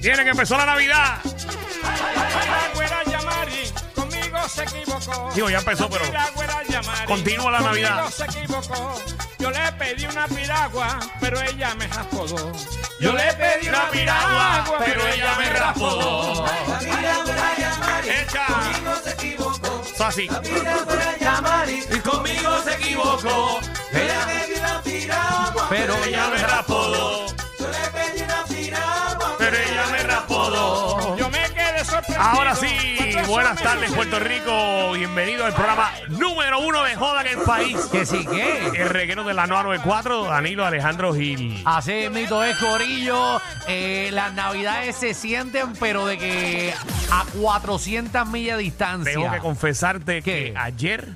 Tiene que empezar la Navidad. La güera Yamari conmigo se equivocó. Digo, ya empezó, pero La güera Yamari Continúa la conmigo Navidad. se equivocó. Yo le pedí una piragua, pero ella me raspó. Yo le pedí una piragua, pero ella me raspó. Echa. Eso así. Y conmigo se equivocó. Ella me dio una piragua, Pero ella me rapó. yo le pedí una piragua. Pero ella me rapó. Yo me quedé sorprendido. Ahora sí, cuando eso buenas me tardes Puerto sucedió. Rico. Bienvenido al programa número uno de Joda en el país. Que sí, que. El reguero de la 994, Danilo Alejandro Gil. Así mito es, Corillo. Eh, las navidades se sienten, pero de que a 400 millas de distancia. Tengo que confesarte ¿Qué? que ayer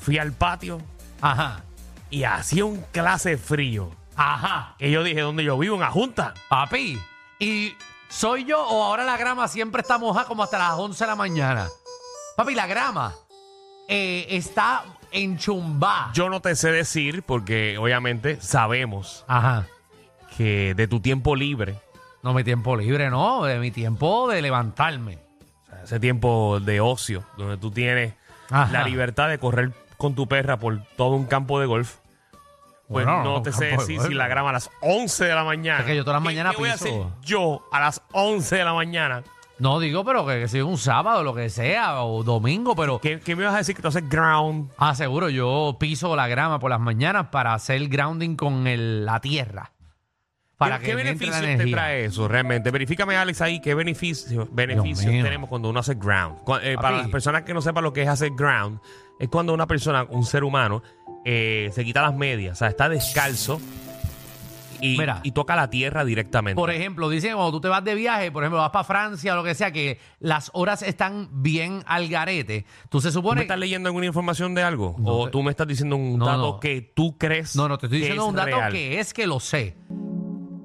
fui al patio Ajá, y hacía un clase frío. ajá. Que yo dije, ¿dónde yo vivo? En la Junta. Papi, ¿y soy yo o ahora la grama siempre está mojada como hasta las 11 de la mañana? Papi, la grama eh, está en chumbá. Yo no te sé decir, porque obviamente sabemos Ajá. que de tu tiempo libre, No, mi tiempo libre, no. De mi tiempo de levantarme. o sea, ese tiempo de ocio, donde tú tienes Ajá. la libertad de correr con tu perra por todo un campo de golf, pues Bueno, no un te campo sé de decir golf. si la grama a las 11 de la mañana. Es que yo todas las ¿Qué- mañanas qué voy a pienso- hacer yo a las 11 de la mañana? No digo, pero que, que sea un sábado, lo que sea, o domingo, pero. ¿Qué, qué me vas a decir que tú haces ground? Ah, seguro, yo piso la grama por las mañanas para hacer grounding con el- la tierra. Para ¿Qué, que qué me entre la beneficios te energía. trae eso realmente? Verifícame, Alex, ahí qué beneficio- beneficios mío. tenemos cuando uno hace ground. Cu- eh, para Papi. las personas que no sepan lo que es hacer ground, es cuando una persona, un ser humano, eh, se quita las medias, o sea, está descalzo y, Mira. y toca la tierra directamente. Por ejemplo, dicen cuando tú te vas de viaje, por ejemplo, vas para Francia o lo que sea, que las horas están bien al garete. Tú ¿Tú se me supone. estás leyendo alguna información de algo? No ¿O te- tú me estás diciendo un No, dato no. que tú crees? No, no, te estoy que diciendo es un dato real? que es que lo sé.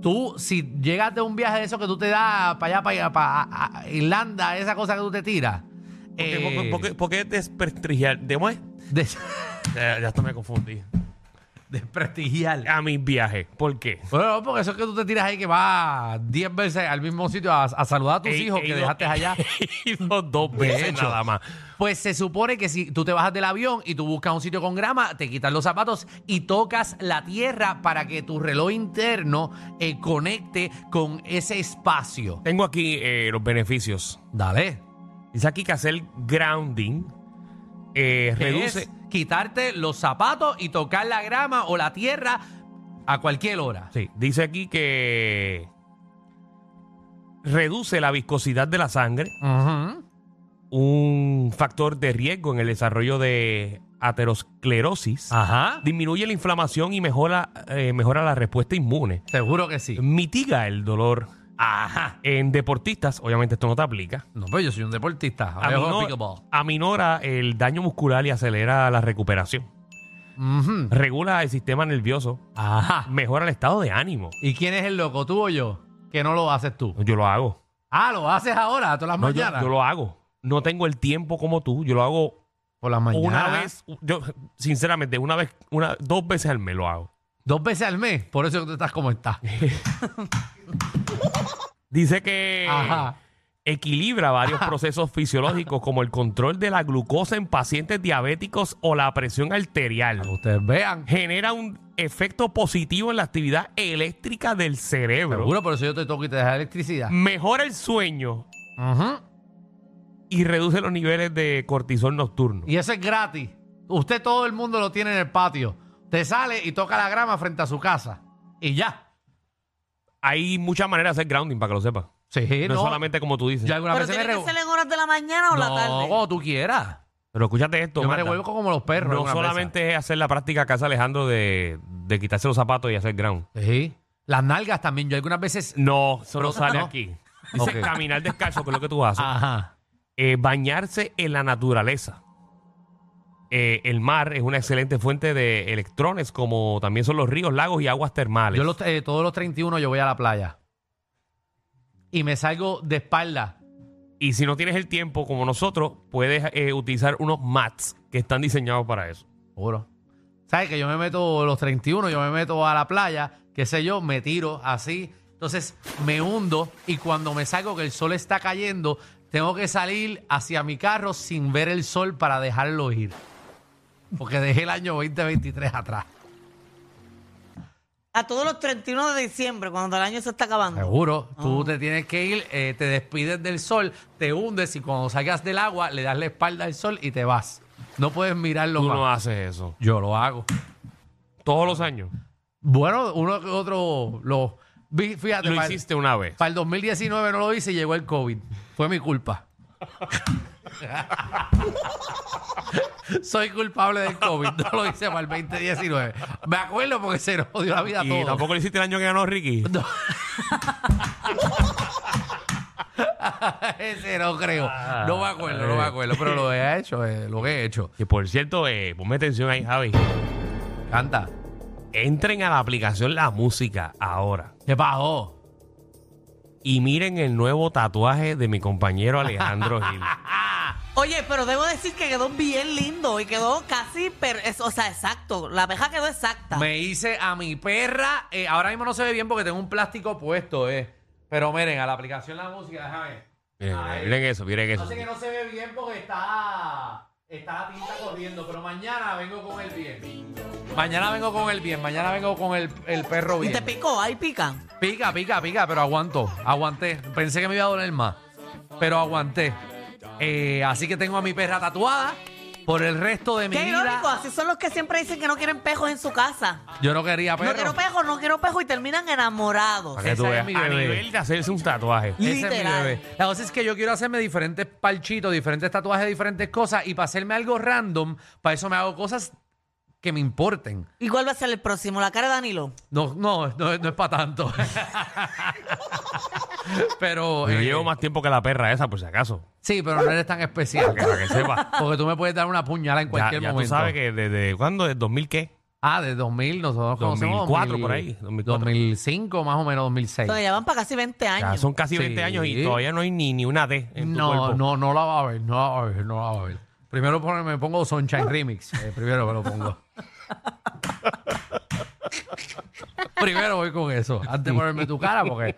Tú, si llegas de un viaje de eso que tú te das para allá, para, allá, para a- a- Irlanda, esa cosa que tú te tiras. ¿Por qué, eh, por qué- por qué desprestigiar? ¿De más? de- Eh, ya hasta me confundí. desprestigiar. A mis viajes. ¿Por qué? Bueno, porque eso es que tú te tiras ahí que vas 10 veces al mismo sitio a, a saludar a tus He- hijos he que ido- dejaste allá. he ido dos veces hecho. nada más. Pues se supone que si tú te bajas del avión y tú buscas un sitio con grama, te quitas los zapatos y tocas la tierra para que tu reloj interno eh, conecte con ese espacio. Tengo aquí eh, los beneficios. Dale. Dice aquí que hacer grounding eh, Que reduce. es quitarte los zapatos y tocar la grama o la tierra a cualquier hora. Sí, dice aquí que reduce la viscosidad de la sangre, Ujú. un factor de riesgo en el desarrollo de aterosclerosis. Ajá. Disminuye la inflamación y mejora, eh, mejora la respuesta inmune. Seguro que sí. Mitiga el dolor. Ajá. En deportistas, obviamente esto no te aplica. No, pero yo soy un deportista. Ahora yo juego Aminora, pickleball. aminora el daño muscular y acelera la recuperación. Ujú. Regula el sistema nervioso. Ajá. Mejora el estado de ánimo. ¿Y quién es el loco, tú o yo? Que no lo haces tú. Yo lo hago. Ah, lo haces ahora, todas las No, yo, mañanas. yo lo hago. No tengo el tiempo como tú. Yo lo hago Por las mañanas. una vez. Yo, sinceramente, una vez, una, dos veces al mes lo hago. Dos veces al mes. Por eso que tú estás como estás. Dice que Ajá. equilibra varios procesos fisiológicos como el control de la glucosa en pacientes diabéticos o la presión arterial. Ustedes vean. Genera un efecto positivo en la actividad eléctrica del cerebro. Seguro, por eso yo te toco y te deja electricidad. Mejora el sueño Ujú. y reduce los niveles de cortisol nocturno. Y eso es gratis. Usted todo el mundo lo tiene en el patio. Te sale y toca la grama frente a su casa. Y ya. Hay muchas maneras de hacer grounding, para que lo sepas. Sí, no, no. es solamente como tú dices. Yo alguna Pero vez se me tiene que rego- ser en horas de la mañana o la No, tarde. cuando tú quieras. Pero escúchate esto. Yo me Magda. revuelvo como los perros. en No una solamente es hacer la práctica que hace Alejandro de, de quitarse los zapatos y hacer ground. mesa. Sí. Las nalgas también. Yo algunas veces. No, eso no sale no. aquí. Dice Ok. Ah. caminar descalzo, que es lo que tú haces. Ajá. Eh, bañarse en la naturaleza. Eh, el mar es una excelente fuente de electrones, como también son los ríos, lagos y aguas termales. Yo los, eh, todos los 31 yo voy a la playa. Y me salgo de espalda. Y si no tienes el tiempo, como nosotros, puedes eh, utilizar unos mats que están diseñados para eso. Juro. ¿Sabes que yo me meto los 31, yo me meto a la playa, qué sé yo, me tiro así. Entonces me hundo y cuando me salgo que el sol está cayendo, tengo que salir hacia mi carro sin ver el sol para dejarlo ir. Porque dejé el año 2023 atrás. A todos los 31 de diciembre, cuando el año se está acabando. Seguro, tú te tienes que ir, eh, te despides del sol, te hundes y cuando salgas del agua le das la espalda al sol y te vas. No puedes mirarlo Tú más. no haces eso. Yo lo hago. Todos los años. Bueno, uno que otro lo vi, fíjate, Lo para, hiciste una vez. para el 2019 no lo hice y llegó el COVID. Fue mi culpa. Soy culpable del COVID, no lo hice para el 2019. Me acuerdo porque se nos dio la vida a Y todos. tampoco lo hiciste el año que ganó Ricky. Ese no creo. No me acuerdo, Eh. no me acuerdo, pero lo he hecho, eh, lo que he hecho. Que por cierto, eh, ponme atención ahí, Javi. Canta. Entren a la aplicación La Música ahora ¿Qué pasó? y miren el nuevo tatuaje de mi compañero Alejandro Gil. Oye, pero debo decir que quedó bien lindo y quedó casi, per- es- o sea, exacto. La abeja quedó exacta. Me hice a mi perra. eh, ahora mismo no se ve bien porque tengo un plástico puesto, eh. Pero miren, a la aplicación la música, déjame. Miren, Ay. miren eso, miren Yo eso. sé que no se ve bien porque está. Está la tinta corriendo, pero mañana vengo con el bien. Mañana vengo con el bien, mañana vengo con el, el perro y bien. te picó, ahí pican. Pica, pica, pica, pero aguanto, aguanté. Pensé que me iba a doler más, pero aguanté. Eh, así que tengo a mi perra tatuada por el resto de mi Qué vida. irónico, así son los que siempre dicen que no quieren pejos en su casa. Yo no quería perro. No quiero pejos, no quiero pejos y terminan enamorados. Para que tú Esa veas, es mi a bebé. nivel de hacerse un tatuaje. Y- Ese es mi Literal. bebé. La cosa es que yo quiero hacerme diferentes palchitos, diferentes tatuajes, diferentes cosas. Y para hacerme algo random, para eso me hago cosas que me importen. ¿Y cuál va a ser el próximo? La cara de Danilo. No, no, no, no es para tanto. pero. Yo eh, llevo más tiempo que la perra esa, por si acaso. Sí, pero no eres tan especial. Para que, para que sepa. Porque tú me puedes dar una puñalada en Ya, cualquier ya tú momento. sabes que desde cuándo, desde 2000 qué. Ah, de 2000, nosotros 2004 conocemos por ahí, 2004. 2005, más o menos, 2006. Entonces ya van para casi 20 Ya años. son casi 20 Sí. años y todavía no hay ni, ni una D en tu No, cuerpo. no, no la va a ver, no la va a ver, no la va a ver. Primero pone- me pongo Sunshine Remix. eh, primero me lo pongo. primero voy con eso. Antes de ponerme tu cara, porque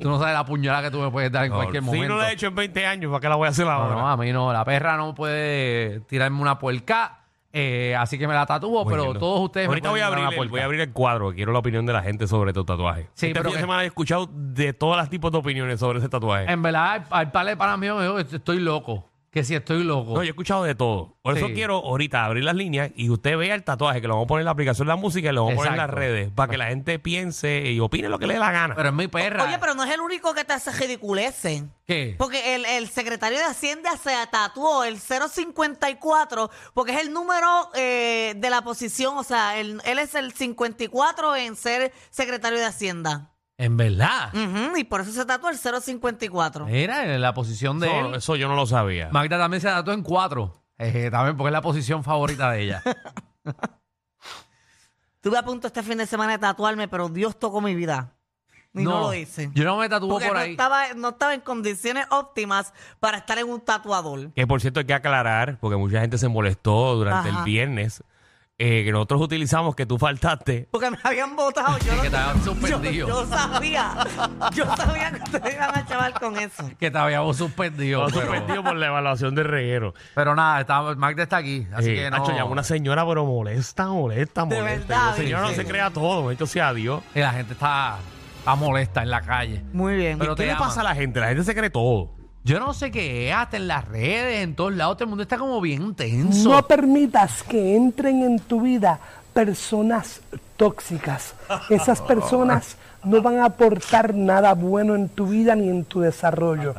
tú no sabes la puñalada que tú me puedes dar en cualquier si momento. no la he hecho en 20 años, ¿para qué la voy a hacer No, ahora? no, a mí no. La perra no puede tirarme una puerca. eh, así que me la tatúo, Muy pero bien, ¿no? todos ustedes me Ahorita pueden voy a, tirar abrir una el, puerca. voy a abrir el cuadro. Quiero la opinión de la gente sobre tu tatuaje. Sí, este pero eh, fin de que- semana he escuchado de todas las tipos de opiniones sobre ese tatuaje. En verdad, al- al par de panas míos me dijo que estoy loco. Que si estoy loco. No, yo he escuchado de todo. Por eso Sí. quiero ahorita abrir las líneas y usted vea el tatuaje, que lo vamos a poner en la aplicación de la música y lo vamos a poner en las Exacto. redes, para que la gente piense y opine lo que le dé la gana. Pero es mi perra. Oye, pero no es el único que te hace ridiculece. ¿Qué? Porque el, el secretario de Hacienda se tatuó el 054 porque es el número eh, de la posición, o sea, el- él es el 54 en ser secretario de Hacienda. En verdad. Ujú, y por eso se tatuó el 054. Era en la posición de eso, él. eso yo no lo sabía. Magda también se trató en cuatro. Eh, también porque es la posición favorita de ella. Estuve a punto este fin de semana de tatuarme, pero Dios tocó mi vida. Y no, lo hice. Yo no me tatuó Porque por no ahí. estaba, no estaba en condiciones óptimas para estar en un tatuador. Que por cierto hay que aclarar, porque mucha gente se molestó durante Ajá. el viernes, eh, que nosotros utilizamos que tú faltaste. Porque me habían votado. Yo, Y no- que te habían yo, suspendido. yo sabía. Yo sabía que ustedes iban a chaval con eso. Que te habíamos suspendido. Nos pero, suspendió por la evaluación de reguero. pero nada, estaba- Magda está aquí. Así Eh, que no. Nacho, llamó una señora, pero molesta, molesta, De molesta. verdad, Y yo, señora, no sí. se crea todo. Esto sea Dios. Y la gente está, está molesta en la calle. Muy bien. Pero ¿Qué te le ama. pasa a la gente? La gente se cree todo. Yo no sé qué es, hasta en las redes, en todos lados, todo el mundo está como bien tenso. No permitas que entren en tu vida personas tóxicas. Esas personas no van a aportar nada bueno en tu vida ni en tu desarrollo.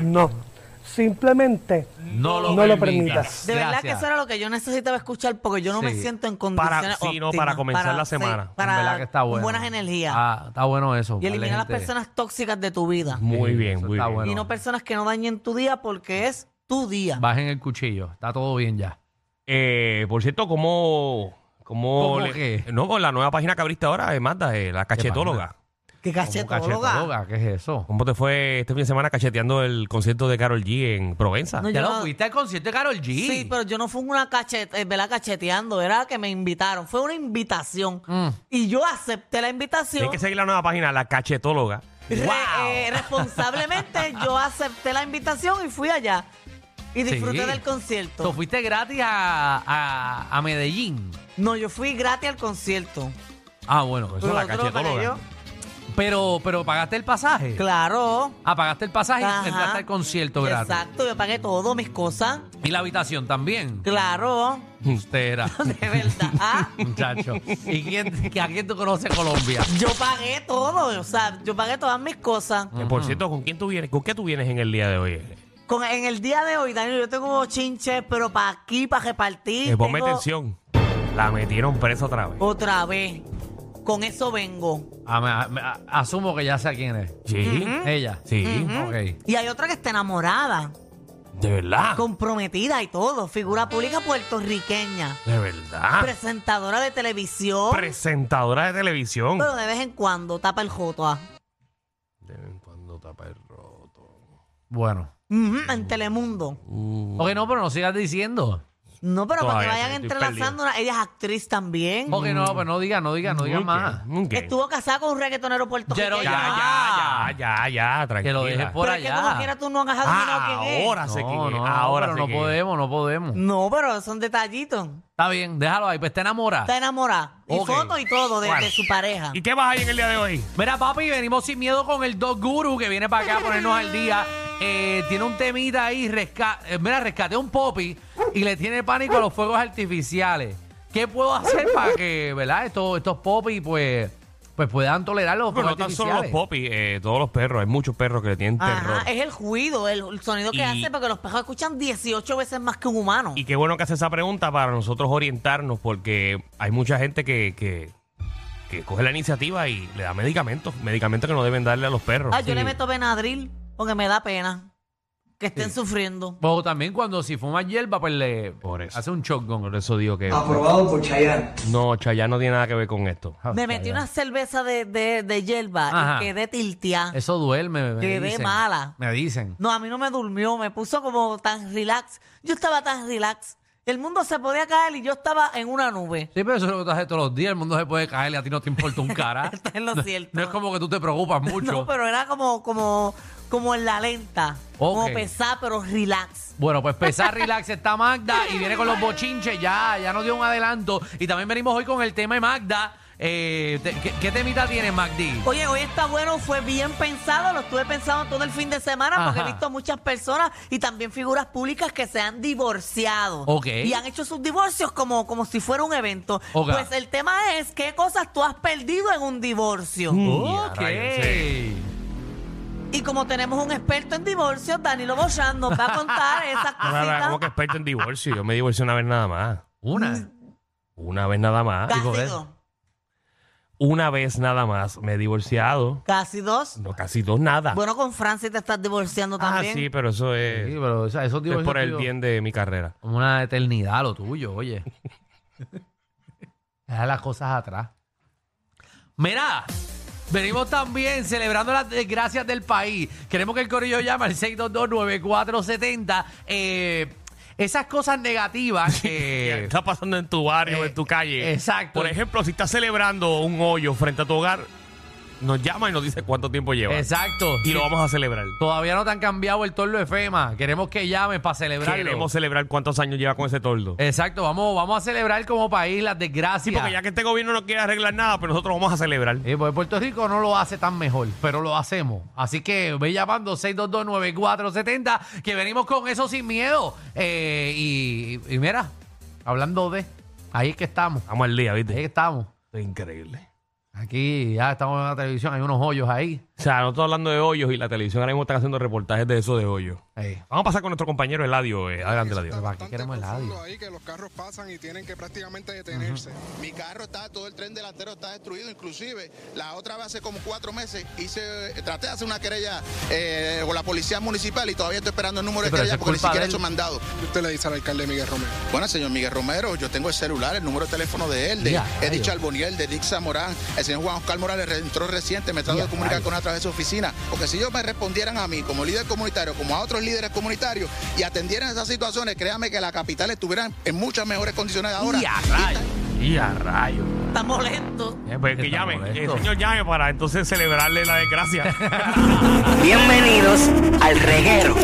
No. simplemente Ah, No lo, no lo permitas. permitas. De verdad que Gracias. eso era lo que yo necesitaba escuchar porque yo no me Sí. siento en condiciones sí, no, óptimas para comenzar la sí, semana. En para verdad que está bueno. buenas energías. Ah, está bueno eso. y darle eliminar las gente- personas tóxicas de tu vida. Muy Sí, bien, eso muy está bien. bueno. Y no personas que no dañen tu día porque es tu día. Bajen el cuchillo. Está todo bien ya. Eh, por cierto, ¿cómo, cómo, ¿Cómo qué? No, con la nueva página que abriste ahora, eh, Magda, eh, la cachetóloga. Que ¿Cómo cachetóloga. cachetóloga? ¿Qué es eso? ¿Cómo te fue este fin de semana cacheteando el concierto de Carol G en Provenza? No, ¿Ya yo lo no- fuiste al concierto de Carol G? Sí, pero yo no fue una cachete, eh, ¿verdad? Cacheteando, era que me invitaron. Fue una invitación. Mm. Y yo acepté la invitación. Tienes que seguir la nueva página, la cachetóloga. Re- ¡Wow! eh, responsablemente yo acepté la invitación y fui allá. Y disfruté Sí. del Tú concierto. fuiste gratis a, a- a Medellín. No, yo fui gratis al concierto. Ah, bueno. eso- es Pues la Lo otro lo pagué cachetóloga. yo. Pero, pero pagaste el pasaje. Claro. Ah, pagaste el pasaje Ajá. y entraste al concierto gratis. Exacto, yo pagué todo, mis cosas. Y la habitación también. Claro, Usted era, de verdad. Ah, muchacho. ¿Y quién, que a quién tú conoces Colombia? yo pagué todo, o sea, yo pagué todas mis cosas. Eh, Por cierto, ¿con quién tú vienes? ¿Con qué tú vienes en el día de hoy? Eh, Con, en el día de hoy, Daniel, yo tengo chinches, pero para aquí, para repartir. eh, ponme tengo atención. La metieron presa otra vez. Otra vez. Con eso vengo. Ah, me- ah, me- ah, asumo que ya sé quién es. Sí, ¿Mm? Ella. sí. Ok. Y hay otra que está enamorada, De verdad. comprometida y todo. Figura pública puertorriqueña. De verdad. Presentadora de televisión. Presentadora de televisión. pero de vez en cuando tapa el joto. ah. De vez en cuando tapa el roto. Bueno. Ujú, en Telemundo. Ok, no, pero no sigas diciendo. No, pero para que Todavía vayan estoy perdido. entrelazando, una- ella es actriz también. Mm. Ok, no, pues no digas, no digas, no digas Ok, más. ok. Estuvo casada con un reggaetonero puertorriqueño. Pero Ya, Ah. ya, ya, ya, ya, tranquila. Que lo dejes por Pero es que como allá. quiera tú no has adivinado Ah, quién es. ahora sé quién No, es. no, ahora pero sé no quién es. podemos, no podemos. No, pero son detallitos. Está bien, déjalo ahí, pues te enamora. Está enamorada. Y Ok. fotos y todo de, Bueno. de su pareja. ¿Y qué vas ahí en el día de hoy? Mira, papi, venimos sin miedo con el Dog Guru que viene para acá a ponernos al día. Eh, tiene un temita ahí, resca- eh, mira, rescaté un popi y le tiene pánico a los fuegos artificiales. ¿Qué puedo hacer para que, verdad, estos, estos popis pues, pues puedan tolerar los Bueno, fuegos no tan solo los artificiales? popis, eh, todos los perros. Hay muchos perros que le tienen terror. Ajá, es el ruido, el, el sonido que Y- hace porque los perros escuchan 18 veces más que un humano. Y qué bueno que hace esa pregunta para nosotros orientarnos, porque hay mucha gente que, que, que coge la iniciativa y le da medicamentos, medicamentos que no deben darle a los perros. ah, yo le Sí. meto Benadryl porque me da pena que estén sufriendo. O también cuando si fumas hierba, pues le Por eso. hace un shotgun. Por eso digo Ah, que. Aprobado por Chayanne. No, Chayanne no tiene nada que ver con esto. Ah, Me metí una cerveza de, de, de hierba Ajá. y quedé tilteada. Eso duerme, me Quedé dicen. mala. Me dicen. No, a mí no me durmió, me puso como tan relax. Yo estaba tan relax. El mundo se podía caer y yo estaba en una nube. Sí, pero eso es lo que tú haces todos los días. El mundo se puede caer y a ti no te importa un cara. Esto es lo cierto. No es como que tú te preocupas mucho. No, pero era como, como, como en la lenta. Ok. Como pesada, pero relax. Bueno, pues pesar, relax está Magda y viene con los bochinches. Ya, ya nos dio un adelanto. Y también venimos hoy con el tema de Magda. Eh, te- ¿qué, qué temita tienes, Magdi? Oye, hoy está bueno, fue bien pensado, lo estuve pensando todo el fin de semana porque Ajá. he visto muchas personas y también figuras públicas que se han divorciado. Ok. Y han hecho sus divorcios como, como si fuera un evento. Oga. Pues el tema es qué cosas tú has perdido en un divorcio. Ok. Y como tenemos un experto en divorcio, Danilo Bochán nos va a contar esas Ahora, ahora, cositas. ¿Cómo que experto en divorcio? Yo me divorcié una vez nada más. Una. Una vez nada más. Casi ¿ves? dos. Una vez nada más me he divorciado. Casi dos. No, casi dos nada. Bueno, con Francis te estás divorciando ah, también. sí, pero eso Sí, es, pero o sea, eso es divorcios, por el tío, bien de mi carrera. Como una eternidad lo tuyo, oye. Deja las cosas atrás. Mira, venimos también celebrando las desgracias del país. Queremos que el corillo llame al 622-9470. Eh, esas cosas negativas ¿Qué que... está pasando en tu barrio, eh, en tu calle? exacto. Por ejemplo, si estás celebrando un hoyo frente a tu hogar, nos llama y nos dice cuánto tiempo lleva. Exacto. Y lo vamos a celebrar. Todavía no te han cambiado el torno de FEMA. Queremos que llames para celebrarlo. Queremos celebrar cuántos años lleva con ese toldo. Exacto, vamos, vamos a celebrar como país las desgracias. Sí, porque ya que este gobierno no quiere arreglar nada, pero nosotros vamos a celebrar. Eh, pues Puerto Rico no lo hace tan mejor, pero lo hacemos. Así que ve llamando 6229470, que venimos con eso sin miedo. Eh, y, y mira, hablando de, ahí es que estamos, Vamos al día, ahí eh, es que ¿viste? estamos. Increíble. Aquí ya estamos en la televisión, hay unos hoyos ahí. O sea, no estoy hablando de hoyos y la televisión ahora mismo están haciendo reportajes de eso de hoyos. Ey, Vamos a pasar con nuestro compañero Eladio. eh. Adelante, Eso Eladio. Eh, Pero está ¿para qué bastante queremos el profundo audio? Ahí que los carros pasan y tienen que prácticamente detenerse. Mi carro está, todo el tren delantero está destruido, inclusive la otra vez hace como cuatro meses hice, traté de hacer una querella eh, con la policía municipal y todavía estoy esperando el número Sí, de pero querella eso es porque ni culpa de siquiera he hecho él. mandado. ¿Qué usted le dice al alcalde Miguel Romero? Bueno, señor Miguel Romero, yo tengo el celular, el número de teléfono de él, de Ya, Eddie rayos. Charboniel, de Dick Zamorán, el señor Juan Oscar Morales re- entró reciente, me trató Ya, de comunicar rayos. con él a través de su oficina, porque si ellos me respondieran a mí como líder comunitario, como a otros líderes comunitarios y atendieran esas situaciones, créanme que la capital estuviera en muchas mejores condiciones ahora. ¡Y a rayos! Y a rayos. Está molesto. Eh, pues que Está llame, que el molesto. señor llame para entonces celebrarle la desgracia. Bienvenidos al reguero.